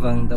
Wanda,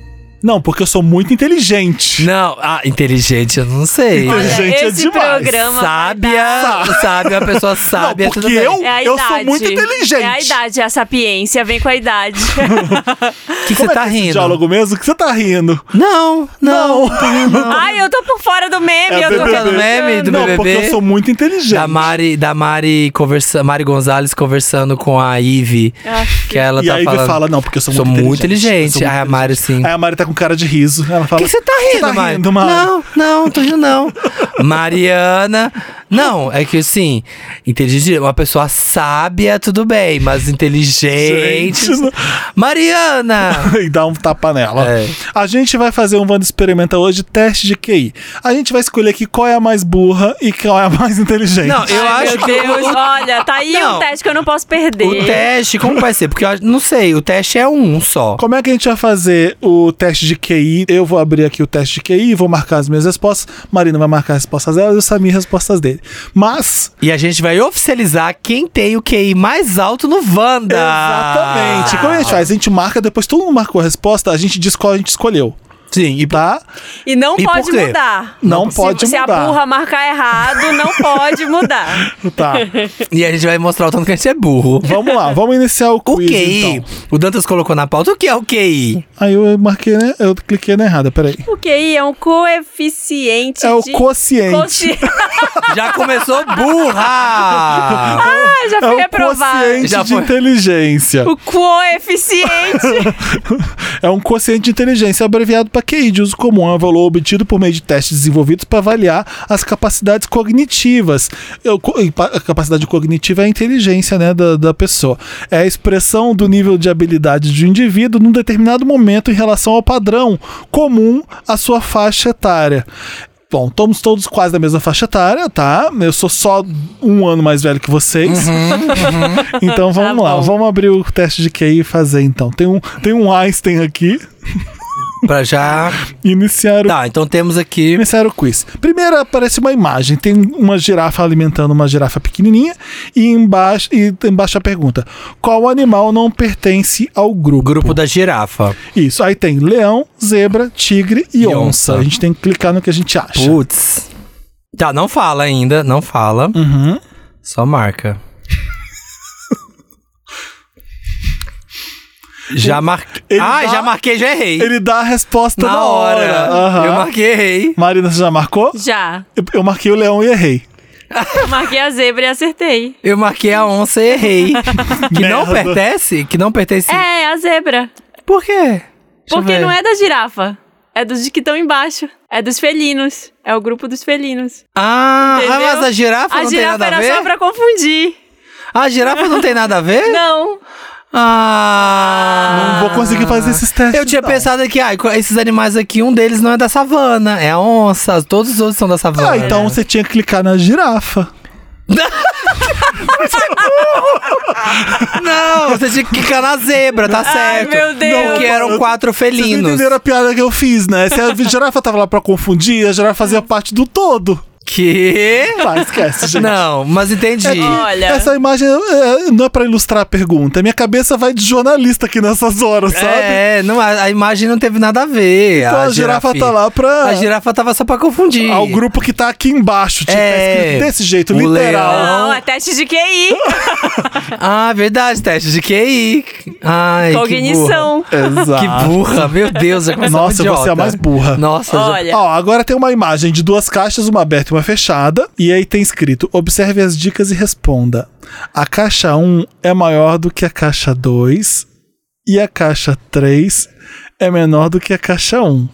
Não, porque eu sou muito inteligente. Não, ah, inteligente, eu não sei. Olha, Gente, é esse demais. programa. Sábia, sábia, a pessoa sábia, não, tudo porque bem. eu, É a eu idade. sou muito inteligente. É a idade, é a sapiência vem com a idade. O que que você Como é tá que é esse rindo? diálogo mesmo que você tá rindo? Não, não. Ai, eu tô por fora do meme. É eu tô BBB. pensando. tá Meme do não, BBB? porque eu sou muito inteligente. Da Mari, da Mari, conversa, Mari Gonzalez conversando com a Ive, Ah, que ela e tá aí ele falando. fala, não, porque eu sou, sou muito inteligente. Eu sou muito Aí a Mari, sim. Aí a Mari tá com cara de riso. Ela O fala. que você tá rindo, Mari? rindo, Mari? Não, não, tô rindo não. Mariana. Não, é que assim, inteligente, uma pessoa sábia, tudo bem, mas inteligente. Gente, não. Mariana! e dá um tapa nela. É. A gente vai fazer um Wanda Experimenta hoje, teste de QI. A gente vai escolher aqui qual é a mais burra e qual é a mais inteligente. Não, eu Ai, acho meu que eu Deus, vou- olha, tá aí Não. um teste que eu não posso perder. o teste, como vai ser? Porque eu acho- não sei, o teste é um só. Como é que a gente vai fazer o teste de QI? Eu vou abrir aqui o teste de QI, vou marcar as minhas respostas. Marina vai marcar as respostas dela e o Samir as respostas dele. Mas, E a gente vai oficializar quem tem o QI mais alto no Wanda. exatamente. Como é que a gente faz? A gente marca, depois todo mundo marcou a resposta, a gente diz qual a gente escolheu. Sim, e Tá? E não E por pode quê? mudar. Não se, pode se mudar. a burra marcar errado, não pode mudar. Tá. E a gente vai mostrar o tanto que a gente é burro. Vamos lá, vamos iniciar o O quiz, QI, então. o Dantas colocou na pauta, o que é o QI? Aí eu marquei, né? Eu cliquei na errada, peraí. O QI é um coeficiente É o de... quociente. Consci- Já começou burra! Ah, já É fui o aprovado. quociente Já de foi. inteligência. O coeficiente. É um quociente de inteligência abreviado para QI de uso comum. É um valor obtido por meio de testes desenvolvidos para avaliar as capacidades cognitivas. Eu- co- e pa- a capacidade cognitiva é a inteligência né, da, da pessoa. É a expressão do nível de habilidade de um indivíduo num determinado momento em relação ao padrão comum à sua faixa etária. Bom, estamos todos quase da mesma faixa etária, tá? Eu sou só um ano mais velho que vocês. Então vamos Uhum. Tá lá, bom. vamos abrir o teste de QI e fazer então. Tem um, tem um Einstein aqui. pra já. Iniciar o, Tá, então temos aqui. iniciar o quiz. Primeiro aparece uma imagem, tem uma girafa alimentando uma girafa pequenininha e embaixo, e embaixo a pergunta: qual animal não pertence ao grupo? Grupo da girafa. Isso, aí tem leão, zebra, tigre e, E onça. onça. A gente tem que clicar no que a gente acha. Putz. Tá, não fala ainda, não fala. Uhum. Só marca. Já marquei. Ele Ah, dá- já marquei, já errei. Ele dá a resposta Na hora. Aham. Eu marquei, errei. Marina, você já marcou? já. Eu, eu marquei o leão e errei. Eu marquei a zebra e acertei. Eu marquei a onça e errei. que não Merda. pertence? Que não pertence. É, a zebra. Por quê? Deixa eu Porque ver. não é da girafa. É dos que estão embaixo. É dos felinos. É o grupo dos felinos. Ah, ah, Entendeu? mas a girafa A não tem girafa nada a era ver? só pra confundir. A girafa não tem nada a ver? Não. Ah. Não vou conseguir fazer esses testes. então. Eu tinha não. pensado que ah, esses animais aqui, um deles não é da savana, é a onça. Todos os outros são da savana. Ah, então você tinha que clicar na girafa. Não, você tinha que clicar na zebra, tá Ai, certo. meu Deus. Porque eram quatro Vocês não felinos. entenderam a piada que eu fiz, né? Se a girafa tava lá pra confundir, a girafa fazia parte do todo. Que? Tá, esquece, gente. Não, mas entendi. Olha. Essa imagem é, não é pra ilustrar a pergunta. Minha cabeça vai de jornalista aqui nessas horas, sabe? É, não, a, a imagem não teve nada a ver. Então a girafa tá lá pra- A girafa tava só pra confundir. Ao grupo que tá aqui embaixo, tipo, É. tá escrito desse jeito, O literal. leão. Não, é teste de QI. Ah, verdade, teste de QI. Ai, Cognição. Que burra, que Exato. burra meu Deus, já começou Nossa, idiota. você é a mais burra. Nossa, já- Olha. Ó, agora tem uma imagem de duas caixas, uma aberta e uma fechada. E aí tem escrito: observe as dicas e responda. A caixa 1 é maior do que a caixa 2 e a caixa 3 é menor do que a caixa 1.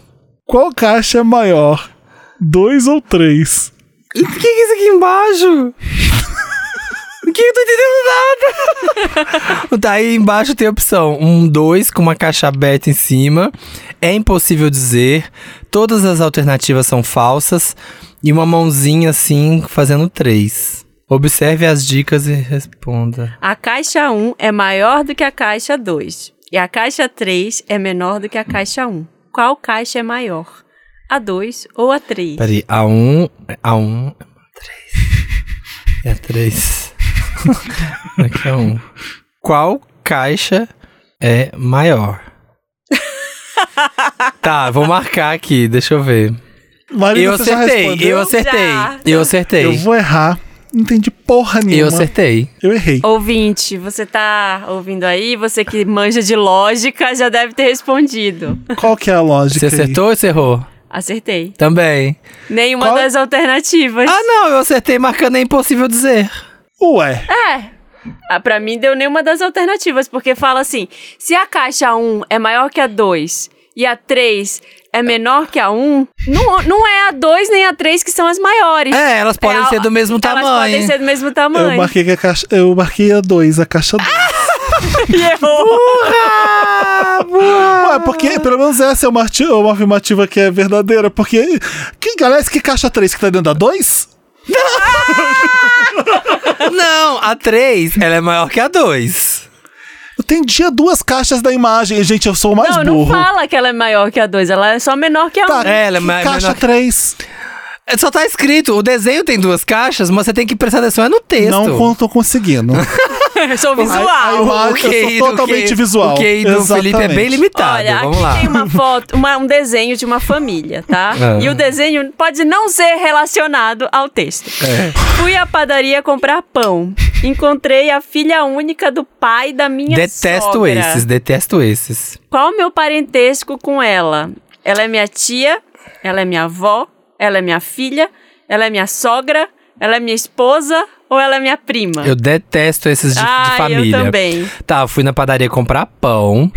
Qual caixa é maior? 2 ou 3? E por que que é isso aqui embaixo? Por que eu tô entendendo nada? tá aí embaixo tem a opção: um dois com uma caixa aberta em cima. É impossível dizer. Todas as alternativas são falsas. E uma mãozinha assim, fazendo três. Observe as dicas e responda. A caixa 1 é maior do que a caixa 2. E a caixa 3 é menor do que a caixa 1. Qual caixa é maior? A 2 ou a 3? Peraí, a um. A um. Três. E a três. Aqui é um. Qual caixa é maior. tá, vou marcar aqui, deixa eu ver. Marina, eu você já acertei, respondeu? eu acertei, Já. eu acertei. Eu Eu, vou errar. Não entendi porra nenhuma. acertei. Eu errei. Ouvinte, você tá ouvindo aí? Você que manja de lógica já deve ter respondido. Qual que é a lógica? Você aí? acertou ou você errou? Acertei. Também. Nenhuma Qual- das alternativas. é? Ah, não, eu acertei marcando é impossível dizer. Ué, É. Ah, pra mim deu nenhuma das alternativas, porque fala assim: se a caixa 1 é maior que a 2 e a 3 é menor que a 1, não, não é a 2 nem a 3 que são as maiores. É, elas podem a- ser do mesmo Elas tamanho. podem ser do mesmo eu tamanho. marquei, que a caixa, eu marquei a 2, a caixa 2. E é errou. Ué, porque pelo menos essa é uma, arti- uma afirmativa que é verdadeira. Porque. Que, galera, que caixa 3 que tá dentro da 2? Não, a 3, ela é maior que a 2. Eu tendia duas caixas da imagem. Gente, eu sou o mais Não, não burro. fala que ela é maior que a 2, ela é só menor que a 1. Tá, É, ela é que mais- caixa menor- 3. É, Só tá escrito, o desenho tem duas caixas, mas você tem que prestar atenção é no texto. Não con- tô conseguindo. Eu sou visual. aí O o Eu sou QI, do- totalmente o QI visual. O QI do Felipe é bem Exatamente. limitado. Olha, Vamos aqui lá. tem uma foto, uma- um desenho de uma família, tá? Ah. E o desenho pode não ser relacionado ao texto. É. Fui à padaria comprar pão. Encontrei a filha única do pai da minha Detesto sogra. esses, detesto esses. Qual o meu parentesco com ela? Ela é minha tia, ela é minha avó, ela é minha filha, ela é minha sogra, ela é minha esposa ou ela é minha prima? Eu detesto esses de, de Ah, eu família. também. Tá, eu fui na padaria comprar pão.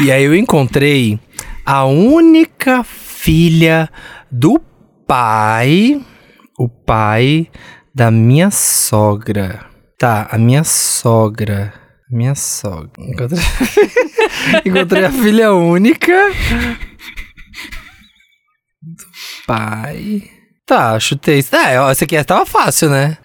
e aí eu encontrei a única filha do pai. O pai da minha sogra. Tá, a minha sogra. Minha sogra. Encontrei, encontrei a filha única. Do pai. Tá, chutei. É, ó, esse aqui tava fácil, né?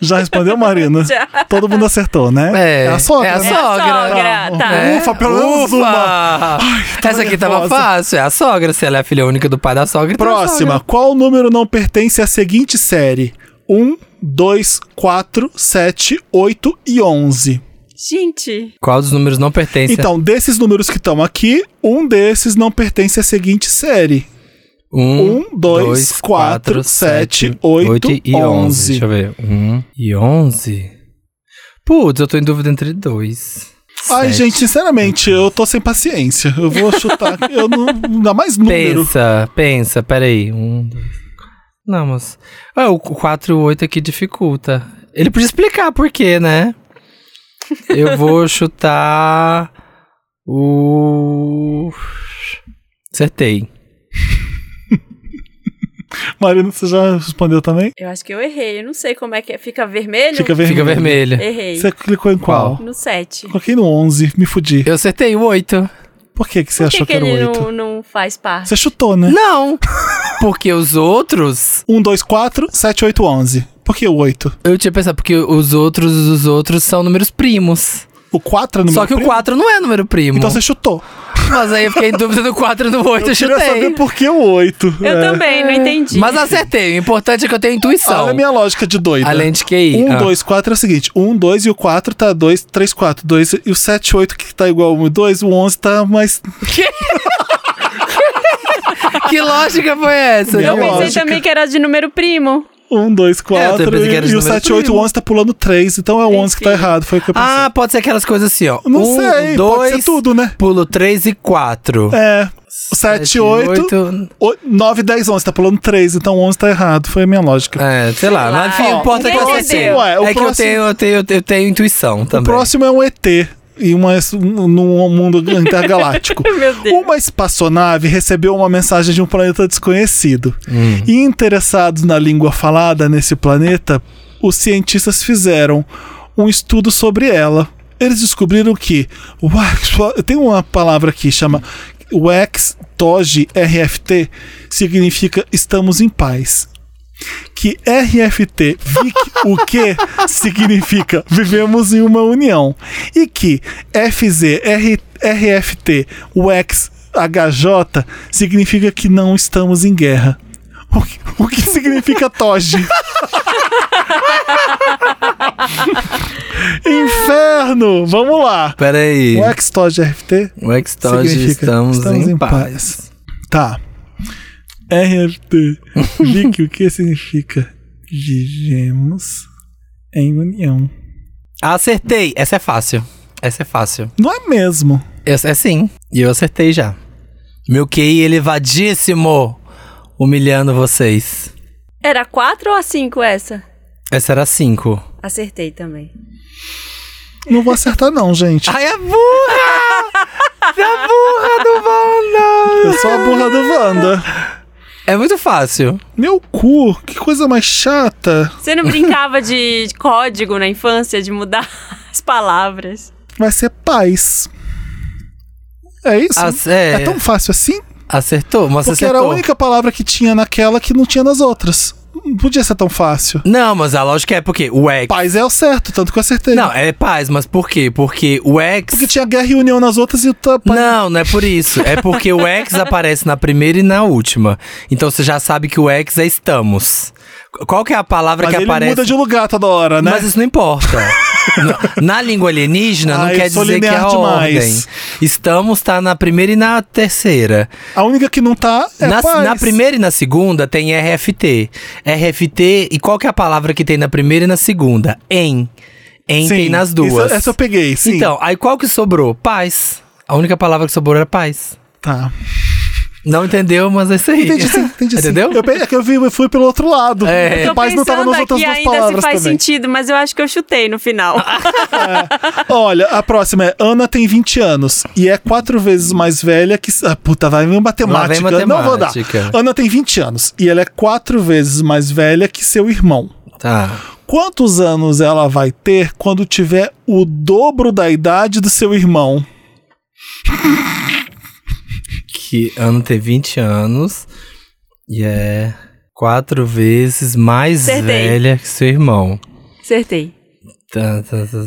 Já respondeu, Marina? Já. Todo mundo acertou, né? É, a sogra. é a né? É a sogra. sogra, tá. É. Ufa, pelo menos Ufa! uma. tá Essa aqui tava nervosa. fácil. É a sogra. Se ela é a filha única do pai da sogra. então é a Próxima. Qual número não pertence à seguinte série? 1, 2, 4, 7, 8 e 11. Gente, sogra. Qual dos números não pertence? Então, desses números que estão aqui, um desses não pertence à seguinte série. um, 1, 2, 4, 7, 8 e 11. Deixa 11. eu ver. Um e 11? Putz, eu tô em dúvida entre dois. Ai, Sete. gente, sinceramente, eu tô sem paciência. Eu vou chutar. eu não. Ainda mais número. Pensa, pensa. Peraí. Um, dois. Não, mas... Ah, o 4 e o 8 aqui dificulta. Ele podia explicar por quê, né? Eu vou chutar o... Acertei. Marina, você já respondeu também? eu acho que eu errei. Eu não sei como é que é. Fica vermelho? Fica vermelho. Fica vermelho. Errei. Você clicou em qual? No 7. Coloquei no 11, me fudi. Eu acertei o 8. Por que, que você Por que, achou que que, era ele o 8? não, não faz parte? Você chutou, né? Não! Porque os outros... Hum? 1, 2, 4, 7, 8, 11. Por que o 8? Eu tinha pensado, porque os outros, os outros são números primos. O 4 é número Só que o primo? 4 não é número primo. Então você chutou. Mas aí eu fiquei em dúvida do 4 e do 8, eu, Eu queria chutei. saber por que o É. 8. Eu também, não entendi. Mas acertei. O importante é que eu tenho intuição. Ah, Olha a minha lógica de doida. Além de QI. 1, ah. 2, 4 é o seguinte: 1, 2 e o 4 tá 2, 3, 4, 2. E o 7, 8 que tá igual 1 e 2, o 11 tá mais. Ah. Que lógica foi essa? Minha Eu pensei lógica. também que era de número primo. 1, 2, É, eu 4. pensei que era um, os e, e o números 7, 8 e o primos. 11 tá pulando 3. Então é o 11 que tá Enfim. errado. Foi o que eu pensei. né? Ah, pode ser aquelas coisas assim, ó. Não um, sei, dois, pode ser tudo, né? Pulo 3 e 4. É. 7, 8, 9, 10, 11. Tá pulando 3, então 11 tá errado. Foi a minha lógica. É, sei lá. lá. Mas enfim, Ó, o importante é que eu ninguém acertei. entendeu. Ué, É o que eu próximo- tenho, eu, tenho, eu tenho intuição O também. próximo é um ET e uma, um, num mundo intergaláctico. Meu Deus. Uma espaçonave recebeu uma mensagem de um planeta desconhecido. Hum. E interessados na língua falada nesse planeta, os cientistas fizeram um estudo sobre ela. Eles descobriram que wax- tem uma palavra aqui chama wax toge RFT significa estamos em paz. Que RFT Vic o que significa vivemos em uma união e que FZ R, RFT UX HJ significa que não estamos em guerra. O que, o que significa Toge? Inferno! Menino, vamos lá. Peraí. O Xtoge RFT O Xtoge, significa Então, estamos, em, paz. Tá. RFT. Vicky, o que significa? Vivemos em união. Acertei. Essa é fácil. Essa é fácil. Não é mesmo? Essa é sim. E eu acertei já. Meu QI elevadíssimo. Humilhando vocês. Era quatro ou a cinco essa? Essa era 5. Acertei também. Não vou acertar, não, gente. Ai, a burra! a burra do Wanda! Eu sou a burra do Wanda. É muito fácil. Meu cu, que coisa mais chata. Você não brincava de código na infância, de mudar as palavras? Vai ser paz. É isso? As- é. é tão fácil assim? Acertou? Mas Porque era a acertou. única palavra que tinha naquela que não tinha nas outras. Não podia ser tão fácil. Não, mas a lógica é porque o X. Paz é o certo, tanto que eu acertei. Não, é paz, mas por quê? Porque o X. Porque tinha guerra e união nas outras e o ta- paz. Não, não é por isso. É porque o X aparece na primeira e na última. Então você já sabe que o X é estamos. Qual que é a palavra Mas que ele aparece? muda de lugar toda hora, né? Mas isso não importa. Na- na língua alienígena não Ah, eu quer sou dizer que é a linear demais. ordem. Estamos tá na primeira e na terceira. A única que não tá é na, paz. na primeira e na segunda tem RFT. RFT, e qual que é a palavra que tem na primeira e na segunda? Em. Em Sim, tem nas isso- é- duas. essa eu peguei, sim. Então, aí qual que sobrou? Paz. A única palavra que sobrou era paz. Tá. Não entendeu, mas é isso aí. Entendi sim, entendi sim. Entendeu? Eu, pe- é que eu, vi, eu fui pelo outro lado. É. Porque Tô paz não pensando tava nas outras aqui duas ainda se palavras faz também. Ah. sentido, mas eu acho que eu chutei no final. Olha, a próxima é Ana tem 20 anos e é quatro vezes mais velha que. Ah, puta, vai vir matemática. Lá vem Não vou dar. matemática. Ana tem 20 anos e ela é quatro vezes mais velha que seu irmão. Tá. Quantos anos ela vai ter quando tiver o dobro da idade do seu irmão? Que ano tem 20 anos e é quatro vezes mais Acertei. velha que seu irmão. Acertei. Tá, tá, tá.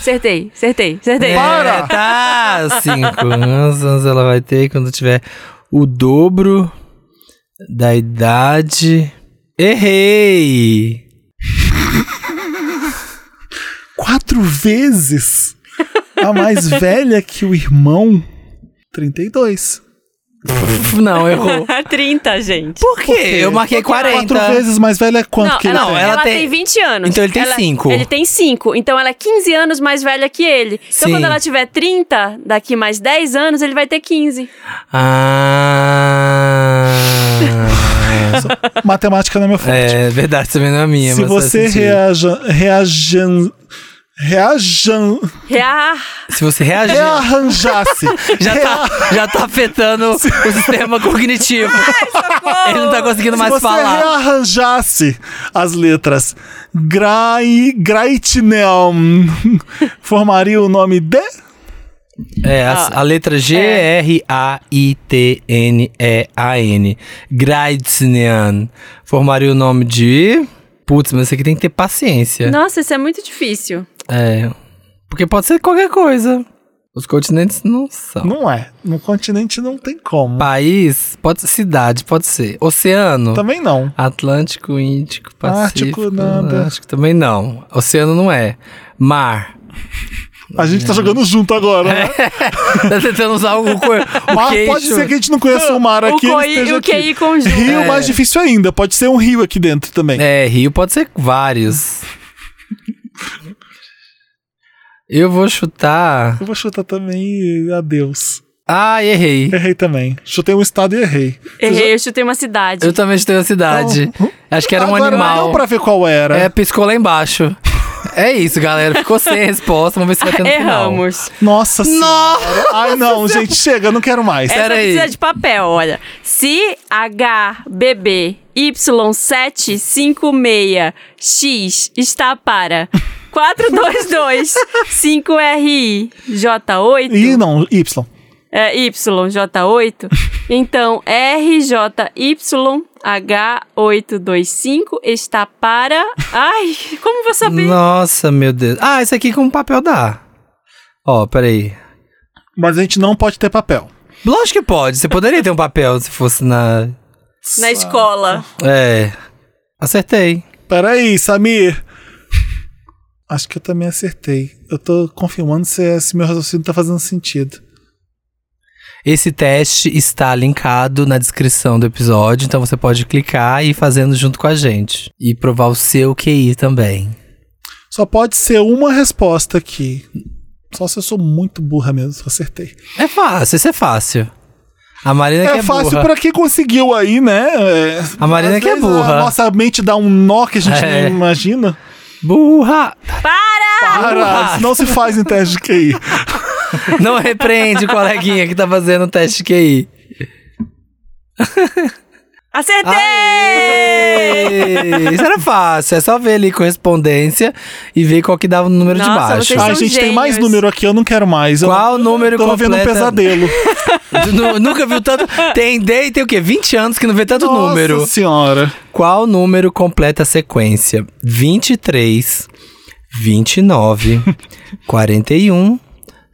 Acertei, acertei, acertei. Para! É, tá, cinco anos, anos ela vai ter quando tiver o dobro da idade. Errei! Quatro vezes a mais velha que o irmão? 32. Não, errou. É. 30, gente. Por quê? Eu marquei 40. Quatro vezes mais velha é quanto não, que ele ela, não, tem? ela ela tem- tem... 20 anos. Então ele tem Ela- cinco. Ele tem 5. Então ela é 15 anos mais velha que ele. Então Sim. quando ela tiver 30, daqui mais 10 anos, ele vai ter 15. Ah. Matemática não é meu forte. é verdade, também não é minha. Se mas faz você sentido. reaja, reajan, reajan, Ah, Se você reagir. rearranjasse. Já tá, já tá afetando o sistema cognitivo. Ele não tá conseguindo Se mais você falar. rearranjasse as letras Grai, Graitneum, formaria o nome de. É, a, Ah. a letra É. é G-R-A-I-T-N-E-A-N. é Greitznian. Formaria o nome de. Putz, mas isso aqui tem que ter paciência. nossa, isso é muito difícil. É. Porque pode ser qualquer coisa. Os continentes não são. Não é. No continente não tem como. País, pode ser cidade, pode ser. Oceano. Também não. Atlântico, Índico, Pacífico. Tá. Ártico, nada. Acho que também não. Oceano não é. Mar. A gente Hum. tá jogando junto agora, né? tá tentando usar o, co- o Mar, queixo. pode ser que a gente não conheça o mar aqui. o ele COI, esteja o QI aqui. conjunto. Rio mais difícil ainda. Pode ser um rio aqui dentro também. É, rio pode ser vários. Eu vou chutar. Eu vou chutar também e adeus. Ah, errei. Errei também. Chutei um estado e errei. Errei, eu chutei uma cidade. Eu também chutei a cidade. Acho que era um Então, hum? Agora, animal. Não pra ver qual era. É, piscou lá embaixo. É isso, galera. Ficou sem resposta. Vamos ver se vai ter no final. Erramos. Nossa senhora. Ai, não, gente, chega, eu não quero mais. Essa Pera aí. precisa de papel, olha. Se HBB Y756X está para 422-5RIJ8, Ih, não, Y. é, YJ8, então RJYH825 está para... Ai, como vou saber? Nossa, meu Deus. Ah, esse aqui com papel dá. Ó, peraí. Mas a gente não pode ter papel. Lógico que pode. Você poderia ter um papel se fosse na. Na escola. É. Acertei. Peraí, Samir. Acho que eu também acertei. Eu tô confirmando se, é- se meu raciocínio tá fazendo sentido. Esse teste está linkado na descrição do episódio, então você pode clicar e ir fazendo junto com a gente. E provar o seu QI também. Só pode ser uma resposta aqui. Só se eu sou muito burra mesmo, se eu acertei. É fácil, isso é fácil. A Marina que É, é fácil burra. pra quem conseguiu aí, né? É, A Marina às que é vezes burra. A nossa mente dá um nó que a gente É. nem imagina. Burra! Para! Ah, Burra. Isso não se faz em teste de QI. Não repreende o coleguinha que tá fazendo o teste QI. Acertei! Aê! Isso era fácil, é só ver ali correspondência e ver qual que dava o número de Nossa, baixo. vocês Ai, são gente, tem mais gênios. número aqui, eu não quero mais. Eu Qual o número tô vivendo um completo? pesadelo. Nu- Nunca viu tanto. Tem ideia, tem o quê? 20 anos que não vê tanto Nossa número. senhora. Qual número completa a sequência? 23, 29, 41,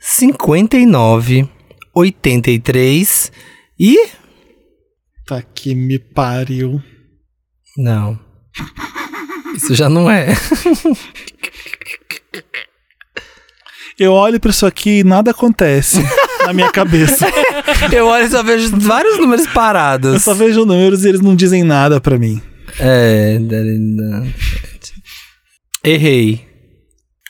59, 83 e. Tá que me pariu. Não. Isso já não é. Eu olho pra isso aqui e nada acontece na minha cabeça. Eu olho e só vejo vários números Eu parados. só vejo números e eles não dizem nada pra mim. É. da- da- da- Errei.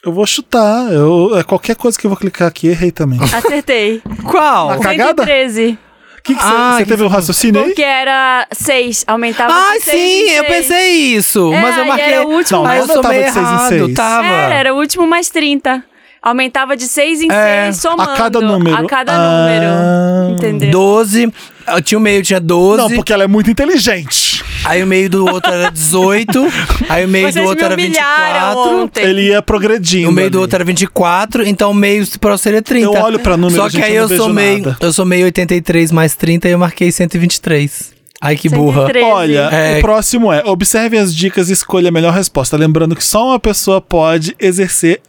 Eu vou chutar. Eu, é qualquer coisa que eu vou clicar aqui, errei também. O Acertei. Qual? Na ca- Cagada? 113. que que você Ah, você que teve o raciocínio aí? Porque era 6, aumentava Ah, de seis sim, em eu seis. pensei isso. É, mas eu e marquei. era o último, Ah, mas- eu somei Não, mas não tava de errado, seis em seis. tava. Era, era o último mais 30. Aumentava de 6 em 6, É, somando. a cada número. A cada Ah. número. Entendeu? 12. Eu tinha o meio, tinha 12. Não, porque ela é muito inteligente. Aí o meio do outro era 18. aí o meio Vocês do outro me era humilharam 24. ontem. Ele ia progredindo. O meio do ali. outro era 24, então o meio pro outro seria 30. Eu olho pra número, Só que gente, aí eu, eu não vejo somei, nada. eu somei 83 mais 30 e eu marquei 123. Ai, que burra. 113. Olha, É. o próximo é: observe as dicas e escolha a melhor resposta. Lembrando que só uma pessoa pode exercer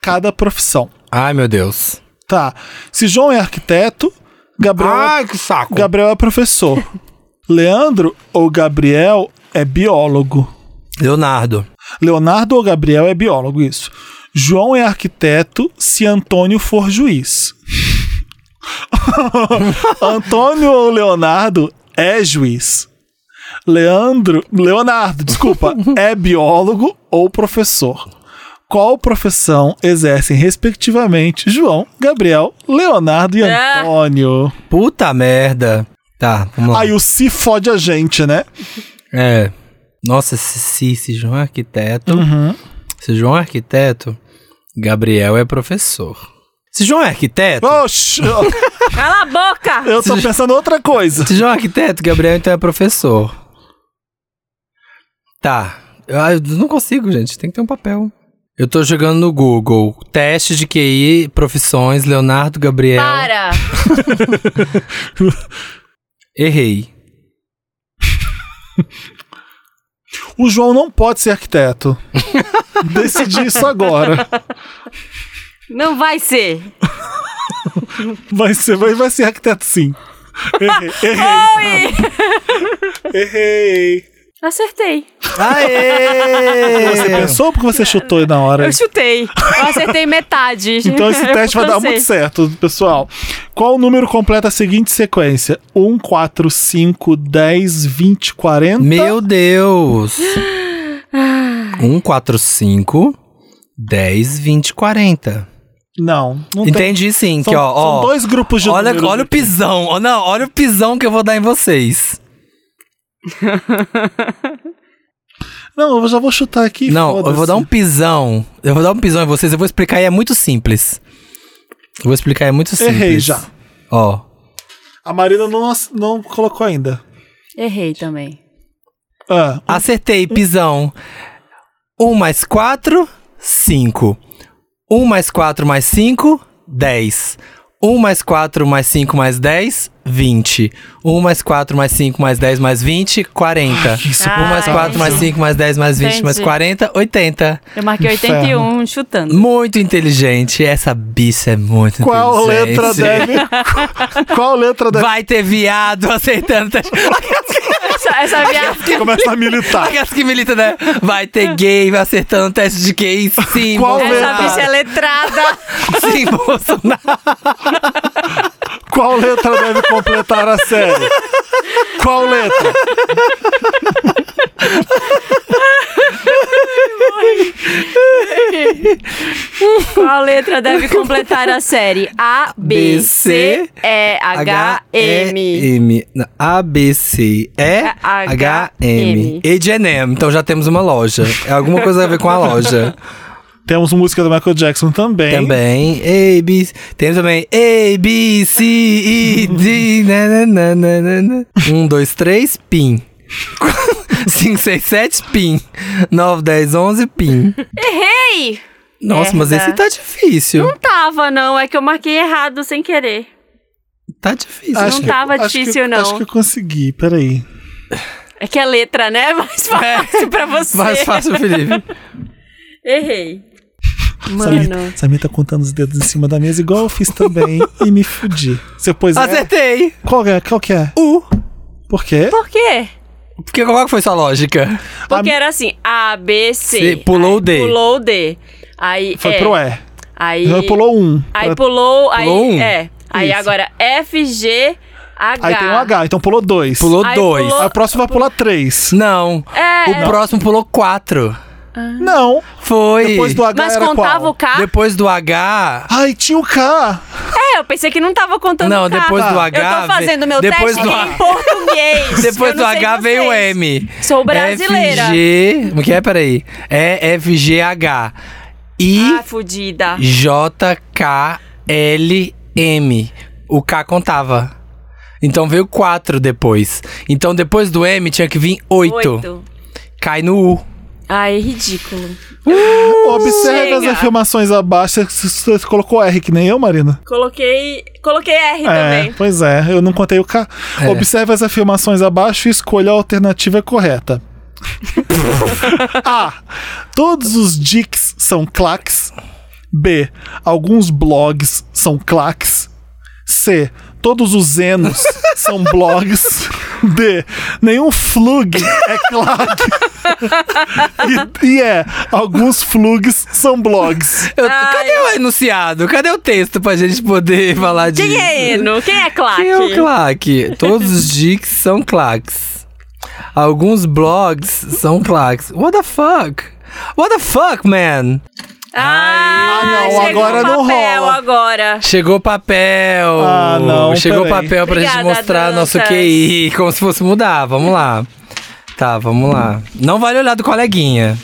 cada profissão. Ai, meu Deus. Tá. Se João é arquiteto, Gabriel, é- que saco. Gabriel é professor. Leandro ou Gabriel é biólogo. Leonardo. Leonardo ou Gabriel é biólogo, isso. João é arquiteto se Antônio for juiz. Antônio ou Leonardo é juiz. Leandro, Leonardo, desculpa, é biólogo ou professor. Qual profissão exercem respectivamente João, Gabriel, Leonardo e Ah. Antônio? Puta merda. Tá, vamos lá. Aí o se fode a gente, né? É. Nossa, se, se, se João é arquiteto. Se João é arquiteto, Gabriel é professor. Se João é arquiteto. Oxi, Cala a boca! eu tô pensando outra coisa. Se João é arquiteto, Gabriel então é professor. Tá. Ah, Eu não consigo, gente. Tem que ter um papel. Eu tô jogando no Google. Teste de QI, profissões, Leonardo Gabriel. Para! Errei. O João não pode ser arquiteto. Decidi isso agora. Não vai ser. Vai ser, vai, vai ser arquiteto sim. Errei. Errei. Acertei. Aê! Você pensou ou porque você chutou aí na hora? Eu chutei. Eu acertei metade. Então esse Eu teste vai dar cansei. muito certo, pessoal. Qual o número completa a seguinte sequência? 1, 4, 5, 10, 20, 40. Meu Deus! 1, 4, 5, 10, 20, 40. Não, não tem. Entendi sim, São, que ó, ó. são dois grupos de olha, números olha o aqui. pisão. Ó, não, olha o pisão que eu vou dar em vocês. Não, eu já vou chutar aqui. não, eu foda-se. vou dar um pisão. Eu vou dar um pisão em vocês, eu vou explicar e é muito simples. Eu vou explicar e é muito simples. Errei já. Ó. A Marina não, ass- não colocou ainda. Errei também. Ah, Acertei, pisão. 1 mais 4, 5. 1 mais 4 mais 5, 10. 1 mais 4 mais 5 mais 10, 20. 1 mais 4 mais 5 mais 10 mais 20, 40. isso, é 1 mais 4 mais 5 mais 10 mais 20 mais Entendi. 40, 80. Eu marquei 81 chutando. Muito inteligente. Essa bicha é muito Qual inteligente. letra deve. Qual letra deve. Vai ter viado aceitando. Essa, essa viagem. Começa a militar. Aquelas que milita, né? Vai ter gay, vai acertando teste de gay, sim, Qual Essa letra? Bolsonaro. bicha é letrada. Sim, Bolsonaro. Qual letra deve completar a série? Qual letra? Qual letra deve completar a série? A, B, C, E, H, M. M. não, A, B, C, E, H, H, M. M. H&M, então já temos uma loja. É alguma coisa a ver com a loja. Temos música do Michael Jackson também. Também, A, B, C. Temos também A, B, C, E, D, na, na, na, na, na, na. Um, dois, três, PIN. 5, 6, 7, PIN. 9, 10, 11, PIN. Errei! Nossa, mas Merda. esse tá difícil. Não tava, não. É que eu marquei errado sem querer. Tá difícil. Acho não tava acho difícil, que- não. Acho que eu consegui, peraí. É que é letra, né? É mais fácil pra você. Mais fácil, Felipe. Errei. Mano. Samir, Samir tá contando os dedos em cima da mesa, igual eu fiz também, e me fudi. Você pôs. É, Acertei. qual, é, qual que é? Ah, U. Por quê? Por quê? Porque qual que foi sua lógica? Porque era assim, A, B, C. Cê pulou Aí o D. Pulou o D. Aí Foi é. pro E. Aí, Ela pulou um. aí Ela- pulou. Aí Pulou um? É. Aí Isso. agora F, G, H. Aí tem um H, então pulou dois. Pulou Aí dois. pulou- A próxima vai pular três. Não. É, o próximo pulou quatro. Hum. Não. Foi. Depois do H mas era contava qual? o K? Depois do H. Ai, tinha o K. É, eu pensei que não tava contando Não, o K. depois Ah. do Eu H, tô fazendo meu depois teste do em H. português. Depois eu não do sei H veio o vocês. M. Sou brasileira. F, G. Como que é? Peraí. É F, G, H. I, Ah, fudida. J, K, L, M. O K contava. Então veio quatro depois. Então depois do M tinha que vir oito. Cai no U. Ai, é ridículo. Observe Hum, chega. as afirmações abaixo. Você você colocou R, que nem eu, Marina. Coloquei. Coloquei R É, também. pois é, eu não contei o K. É. Observe as afirmações abaixo e escolha a alternativa correta. a. Todos os dics são claques. B. Alguns blogs são claques. C. Todos os zenos são blogs. D. Nenhum flug é claque. e, e é. Alguns flugs são blogs. Eu- cadê o enunciado? Cadê o texto pra gente poder falar disso? Quem é Eno? Quem é Claque? Quem é o claque? Todos os dicks são claques. Alguns blogs são claques. What the fuck? What the fuck, man? Ah, Ah, não, chegou agora o não papel rola. Agora. Chegou papel. Ah, não, Chegou peraí. papel pra gente Obrigada, mostrar nosso Dantas. QI, como se fosse mudar. Vamos lá. Tá, vamos lá. Não vale olhar do coleguinha.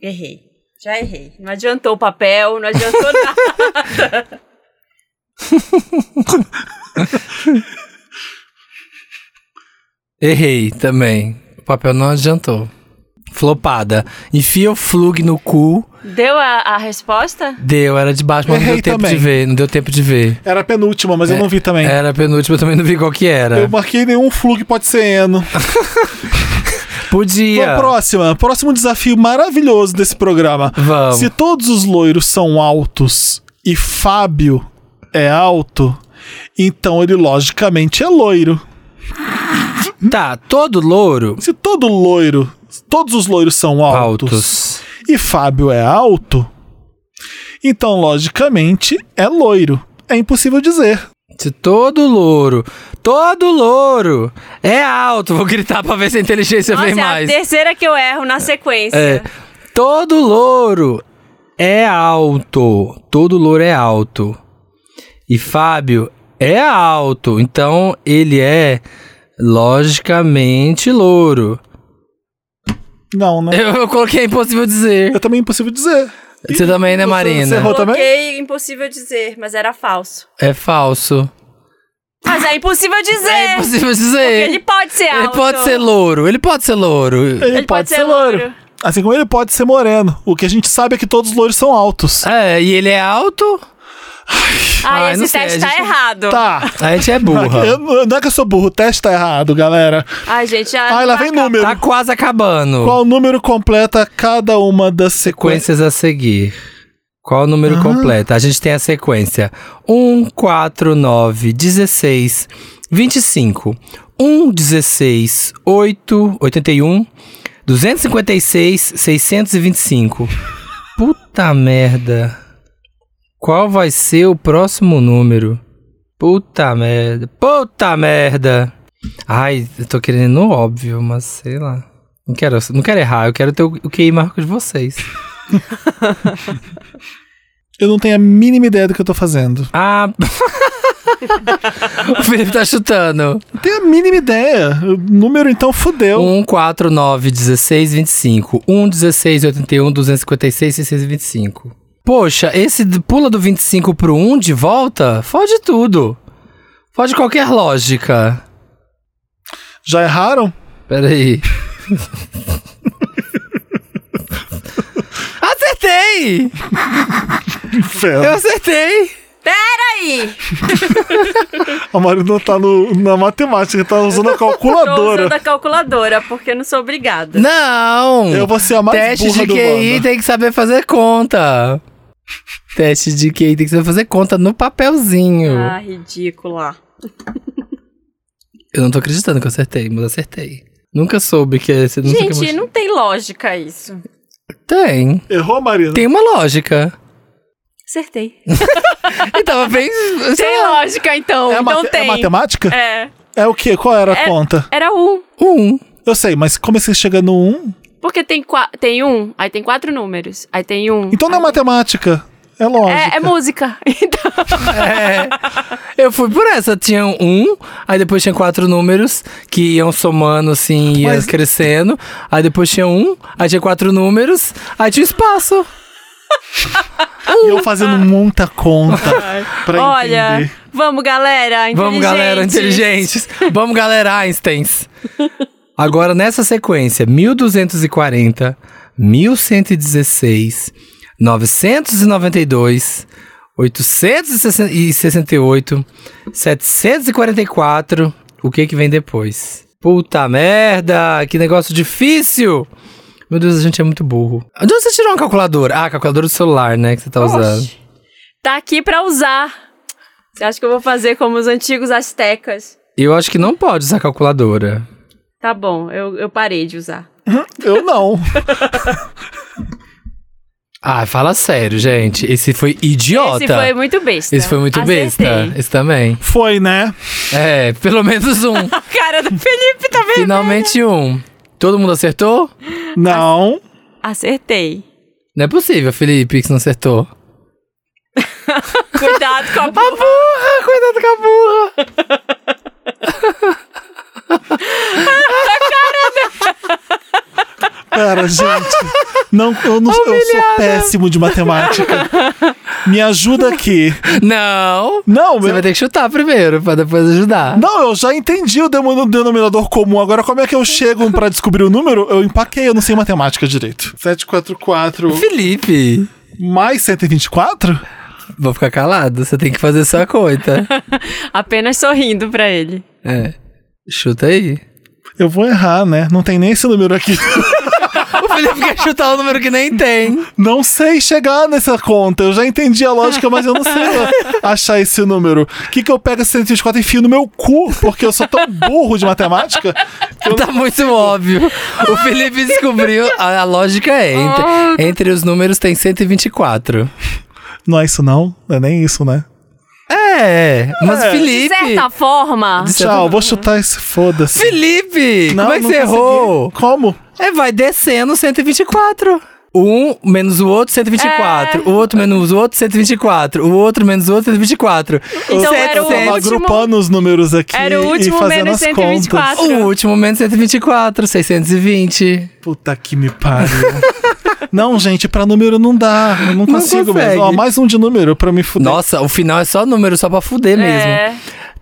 Errei. Já errei. Não adiantou o papel, não adiantou nada. Errei também. O papel não adiantou. Flopada. Enfia o flug no cu. Deu a, a resposta? Deu, era de baixo, mas não deu Errei tempo também. de ver. Não deu tempo de ver. Era a penúltima, mas eu não vi também. É. Era a penúltima, eu também não vi qual que era. Eu marquei nenhum flug pode ser eno. Podia. Vamos próxima. Próximo desafio maravilhoso desse programa. Vamos. Se todos os loiros são altos e Fábio é alto, então ele logicamente é loiro. Hum? Tá, todo louro. Se todo loiro, todos os loiros são altos, Altos. e Fábio é alto, então logicamente é loiro. É impossível dizer. Se todo louro. Todo louro. É alto. Vou gritar pra ver se a inteligência Nossa, vem é a mais. terceira que eu erro na sequência. É. Todo louro é alto. Todo louro é alto. E Fábio é alto. Então ele é logicamente louro. Não, né? Eu, eu coloquei impossível dizer. Eu também é impossível dizer. Você também, né, você- Marina? você errou também? Coloquei impossível dizer, mas era falso. É falso. Mas é impossível dizer. É impossível dizer. Porque ele pode ser Ele alto. pode ser louro, ele pode ser louro. Ele pode ser louro. Assim como ele pode ser moreno. O que a gente sabe é que todos os loiros são altos. É, e ele é alto? Ah, Ai, não esse sei, teste a tá gente- errado. Tá. A gente é Eu- burra. não é que eu sou burro, o teste tá errado, galera. Ai, gente, já. Ai, lá não vem acaba. número. Tá quase acabando. Qual número completa cada uma das sequências? Sequências a seguir. Qual o número Um, completo? A gente tem a sequência: 1, 4, 9, 16, 25. 1, 16, 8, 81, 256, 625. Puta merda. Qual vai ser o próximo número? Puta merda. Puta merda. Ai, eu tô querendo no óbvio, mas sei lá. Não quero, não quero errar, eu quero ter o o QI marco de vocês. Eu não tenho a mínima ideia do que eu tô fazendo. Ah. o Felipe tá chutando. Não tenho a mínima ideia. O número, então, fudeu. 1, 4, 9, 16, 25. 1, 16, 81, 256, 625. Poxa, esse d- pula do 25 pro 1 de volta? Fode tudo. Fode qualquer lógica. Já erraram? Peraí. acertei! Inferno. Eu acertei! Peraí! A Mari não tá no- na matemática, tá usando a Tô calculadora. usando a calculadora, porque eu não sou obrigada. Não! Eu vou ser a mais um Teste burra de do QI mundo. tem que saber fazer conta. Teste de QI tem que saber fazer conta no papelzinho. Ah, ridícula. Eu não tô acreditando que eu acertei, mas acertei. Nunca soube que você nunca que Gente, não tem lógica isso. Tem. Errou, Marina? Tem uma lógica. Acertei. E tava bem. sei Tem lá, lógica, então. É, a então mate- é tem. matemática? É. É o quê? Qual era a É- conta? Era um. Um. Eu sei, mas como é que você chega no 1? Porque tem, qua- tem um, aí tem quatro números. Aí tem um. Então não é matemática. É lógica. É, é música. Então, É. Eu fui por essa. Tinha um, aí depois tinha quatro números que iam somando, assim, ia Mas- crescendo. Aí depois tinha um, aí tinha quatro números, aí tinha espaço. E eu fazendo muita conta pra olha, entender. vamos, galera. Vamos, galera, inteligentes. Vamos, galera, Einsteins. Agora, nessa sequência, 1240, 1116, 992, 868, 744. O que que vem depois? Puta merda, que negócio difícil. Meu Deus, a gente é muito burro. De onde você tirou uma calculadora? Ah, a calculadora do celular, né, que você tá usando. Oxe. Tá aqui pra usar. Você acha que eu vou fazer como os antigos astecas? Eu acho que não pode usar calculadora. Tá bom, eu, eu parei de usar. Eu não. Ah, fala sério, gente. Esse foi idiota. Esse foi muito besta. Esse foi muito Acertei. besta. Esse também. Foi, né? É, pelo menos um. A cara do Felipe tá vendo? Finalmente um. Todo mundo acertou? Não. Acertei. Não é possível, Felipe, que você não acertou. Cuidado com a boca. burra! Cuidado com a burra! Pera, gente. Não, eu, não, eu sou péssimo de matemática. Me ajuda aqui. Não! Não, Você meu. vai ter que chutar primeiro, pra depois ajudar. Não, eu já entendi o demo- denominador comum. Agora, como é que eu chego pra descobrir o número? Eu empaquei, eu não sei matemática direito. 744 Felipe, mais 124? vou ficar calado. Você tem que fazer sua conta. Apenas sorrindo pra ele. É. Chuta aí. Eu vou errar, né? Não tem nem esse número aqui. O Felipe quer chutar um número que nem tem. Não sei chegar nessa conta. Eu já entendi a lógica, mas eu não sei achar esse número. O que, que eu pego esse 124 e enfio no meu cu? Porque eu sou tão burro de matemática. Tá muito óbvio. O Felipe descobriu. A, a lógica é: entre, Ah. entre os números tem 124. Não é isso, não. Não é nem isso, né? É, mas De Felipe. certa forma, De- Você Tchau, tá- vou chutar esse. Foda-se. Felipe! Não, como é que não você consegui. errou? Como? É, vai descendo 124. Um menos o outro, 124. É. O outro menos o outro, 124. O outro menos o outro, 124. Então Sete- era o sete- Tava último- agrupando os números aqui Era o e último fazendo menos as 124. contas. O último menos 124, 620. Puta que me pariu. não, gente, pra número não dá. Eu não, consigo consegue. mesmo. Ó, mais um de número pra me fuder. Nossa, o final é só número, só pra fuder mesmo. é,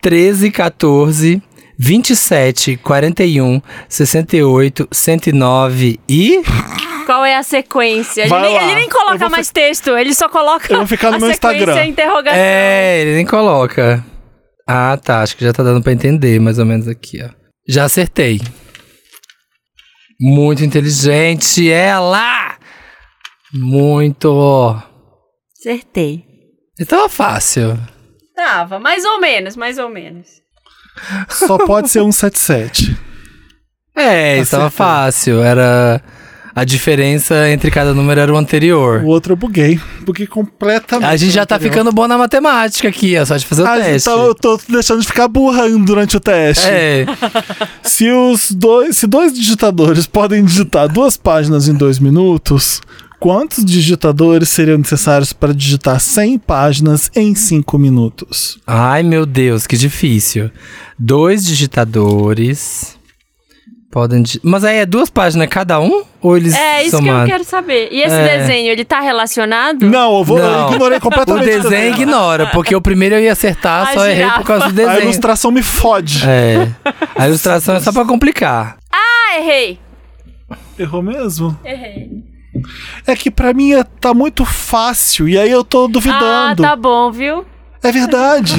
13, 14, 27, 41, 68, 109 e. qual é a sequência? Ele Vai nem, lá. ele nem Eu coloca vou mais texto, ele só coloca Eu vou ficar no a meu sequência Instagram. a interrogação. É, ele nem coloca. Ah, tá. Acho que já tá dando pra entender mais ou menos aqui, ó. Já acertei. Muito inteligente ela! Muito. Acertei. Então é fácil. Tava, mais ou menos, mais ou menos. Só pode ser 177. É, estava Acertou. fácil. Era. A diferença entre cada número era o anterior. O outro eu buguei. Buguei completamente. A gente já tá anterior. ficando bom na matemática aqui, é só de fazer o Ah, teste. então eu tô deixando de ficar burrando durante o teste. É, Se os dois, se dois digitadores podem digitar duas páginas em dois minutos, quantos digitadores seriam necessários para digitar 100 páginas em cinco minutos? Ai, meu Deus, que difícil. Dois digitadores. Podem. di- Mas aí é duas páginas cada um? Ou eles É isso que eu somados? quero saber. E esse É. desenho, ele tá relacionado? Não, eu, vou, Não. eu ignorei O completamente. desenho ignora, porque o primeiro eu ia acertar, A só errei girafa. por causa do A desenho. ilustração me fode. É. A ilustração é só pra complicar. Ah, errei. É. Errou mesmo? Errei. É que pra mim é- tá muito fácil, e aí eu tô Ah, duvidando. tá bom, viu? É verdade.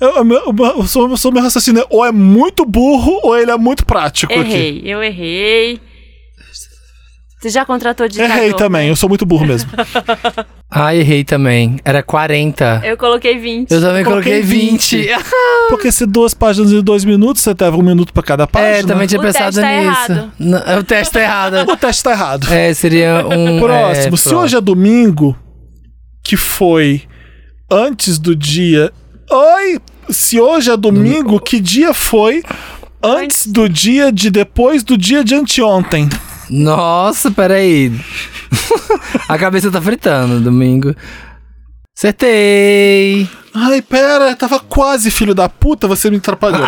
eu, eu, eu- eu sou, eu sou meu raciocínio. é, Ou é muito burro, ou ele é muito prático aqui. Errei, eu errei. Você já contratou digitador? Errei também, eu sou muito burro mesmo. Ah, errei também. Era 40. Eu coloquei 20. Eu também Coloquei coloquei 20. Porque se duas páginas em dois minutos, você teve um minuto pra cada página. É, também tinha O pensado teste tá nisso. errado. Não, o teste tá errado. O teste tá errado. É, seria um. próximo. é, se hoje é domingo, que foi antes do dia. Oi! Se hoje é domingo, que dia foi antes do dia de depois do dia de anteontem? Nossa, peraí. A cabeça tá fritando, domingo. Acertei! Ai, pera, eu tava quase, filho da puta, você me atrapalhou.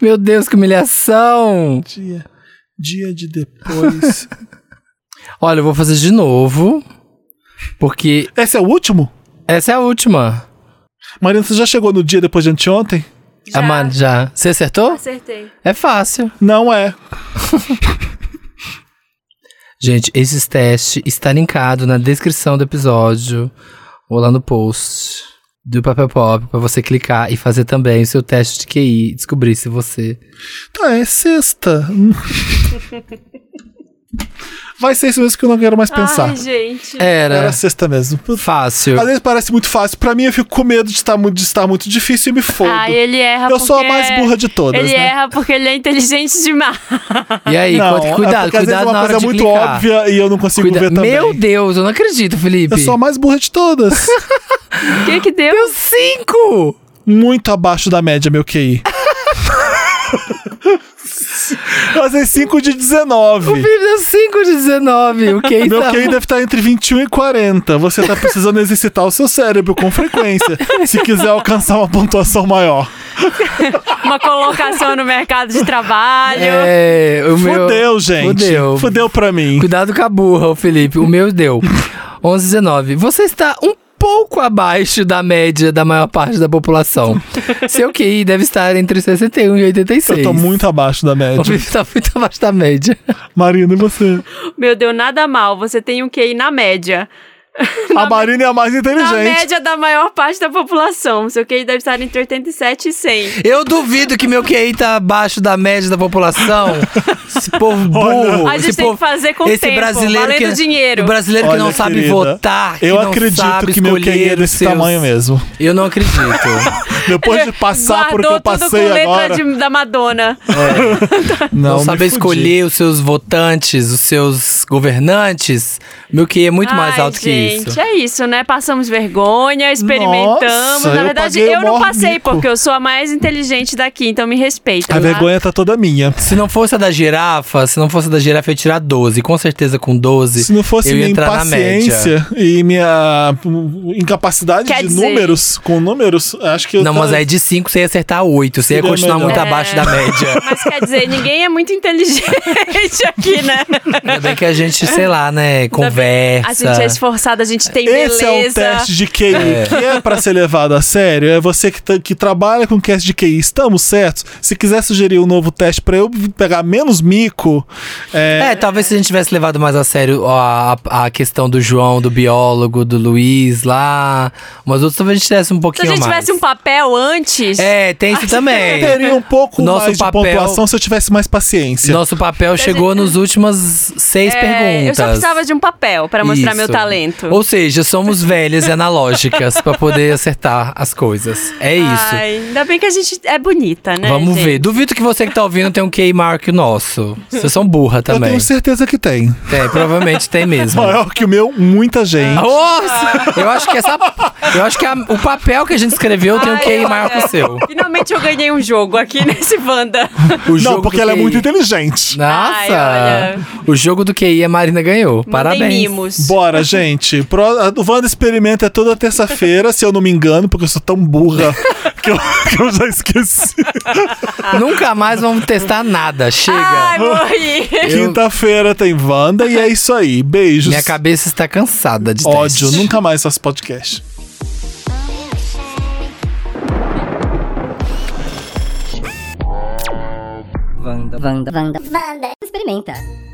Meu Deus, que humilhação! dia, dia de depois. Olha, eu vou fazer de novo. Porque Esse é o último? essa é a última. Marina, você já chegou no dia depois de anteontem? já A Mari já. Você acertou? acertei. É fácil. Não é. Gente, esses testes está linkado na descrição do episódio ou lá no post do Papel Pop pra você clicar e fazer também o seu teste de QI e descobrir se você. Tá, é sexta. Vai ser isso mesmo que eu não quero mais pensar. É, Ai, gente. É. Era sexta mesmo. Puta. Fácil. Às vezes parece muito fácil. Pra mim, eu fico com medo de estar muito, de estar muito difícil e me fodo. Ah, ele erra eu sou a porque- mais burra de todas, Ele né? erra porque ele é inteligente demais. E aí, Não, cu- é cuidado, porque às vezes cuidado é uma na hora coisa de muito clicar. óbvia e eu não consigo Cuida- ver também. Meu Deus, eu não acredito, Felipe. Eu sou a mais burra de todas. O que que deu? Deu cinco! muito abaixo da média, meu QI. Fazer 5 de O 19. Felipe deu 5 de 19. O que é Meu QI deve estar entre 21 e 40. Você tá precisando exercitar o seu cérebro com frequência, se quiser alcançar uma pontuação maior. Uma colocação no mercado de trabalho. É, o meu... Fudeu, gente. Fudeu. Fudeu pra mim. Cuidado com a burra, o Felipe. O meu deu 11 19. Você está um pouco abaixo da média da maior parte da população. Seu QI deve estar entre 61 e 86. Eu tô muito abaixo da O média. Felipe tá muito abaixo da média. Marina, e você? Meu, deu nada mal. Você tem um QI na média. a Marina é a mais Na inteligente. média da maior parte da população. Seu QI deve estar entre 87 e 100. Eu duvido que meu QI tá abaixo da média da população. Esse povo burro. A gente esse tem povo- que fazer com o esse tempo, brasileiro valendo que, dinheiro. O brasileiro que Olha, não sabe querida, votar. que Eu não acredito sabe que meu QI escolher é os desse seus- tamanho mesmo. Eu não acredito. Depois de passar por o que eu Guardou tudo passei com letra agora. de- da Madonna. não me saber fudi. escolher os seus votantes, os seus governantes. Meu QI é muito mais Ai, alto gente, que isso. é isso, né? Passamos vergonha, experimentamos. Nossa, Na eu verdade, paguei o eu, não maior passei, mico. porque eu sou a mais inteligente daqui, então me respeita. A tá? vergonha tá toda minha. Se não fosse a da girafa, se não fosse a da girafa, eu ia tirar 12. Com certeza, com 12, Se não fosse eu ia minha entrar na média. impaciência e minha hum, incapacidade Quer de dizer- números, com números, acho que eu Não, tá- mas aí de 5 você ia acertar 8. Você ia Seria continuar melhor. muito É. abaixo da média. Mas quer dizer, ninguém é muito inteligente aqui, né? Ainda bem que a gente, sei lá, né, conversa. A gente é esforçado, a gente tem Esse é um beleza. teste de QI que é pra ser levado a sério. É você que, tá- que trabalha com teste de QI. Estamos certos? Se quiser sugerir um novo teste pra eu pegar menos mico, é, É, talvez se a gente tivesse levado mais a sério a, a, a questão do João, do biólogo, do Luiz lá, mas outros talvez a gente tivesse um Se a pouquinho gente mais. tivesse um papel antes, É, tem isso também. teria um pouco Nosso mais papel- de pontuação se eu tivesse mais paciência. Nosso papel chegou nos últimas seis é, perguntas. eu só é, precisava de um papel pra mostrar meu Isso. talento. Pronto. Ou seja, somos velhas e analógicas pra poder acertar as coisas. É isso. Ai, ainda bem que a gente é bonita, né? Vamos gente? ver. Duvido que você que tá ouvindo tem um QI maior que o nosso. Vocês são burra Eu também. tenho certeza que tem. Tem, provavelmente tem mesmo. Maior que o meu, muita Ah, gente. Nossa! Eu acho que essa. Eu acho que a- o papel que a gente escreveu tem um Ai, QI olha, maior que o seu. Finalmente eu ganhei um jogo aqui nesse Wanda. O não, jogo porque do ela é QI. muito inteligente. Nossa! Ai, olha. O jogo do QI a Marina ganhou. Parabéns. Mandem mimos. Bora, gente. Pro, a- o Wanda Experimenta é toda terça-feira, se eu não me engano, porque eu sou tão burra que eu, que eu já esqueci. Nunca mais vamos testar nada. Chega. Ai, morri. Eu- Quinta-feira tem Wanda e é isso aí. Beijos. Minha cabeça tá assim. está cansada de Ódio, teste. nunca mais faço podcast. Vanda. Vanda. Vanda. Experimenta.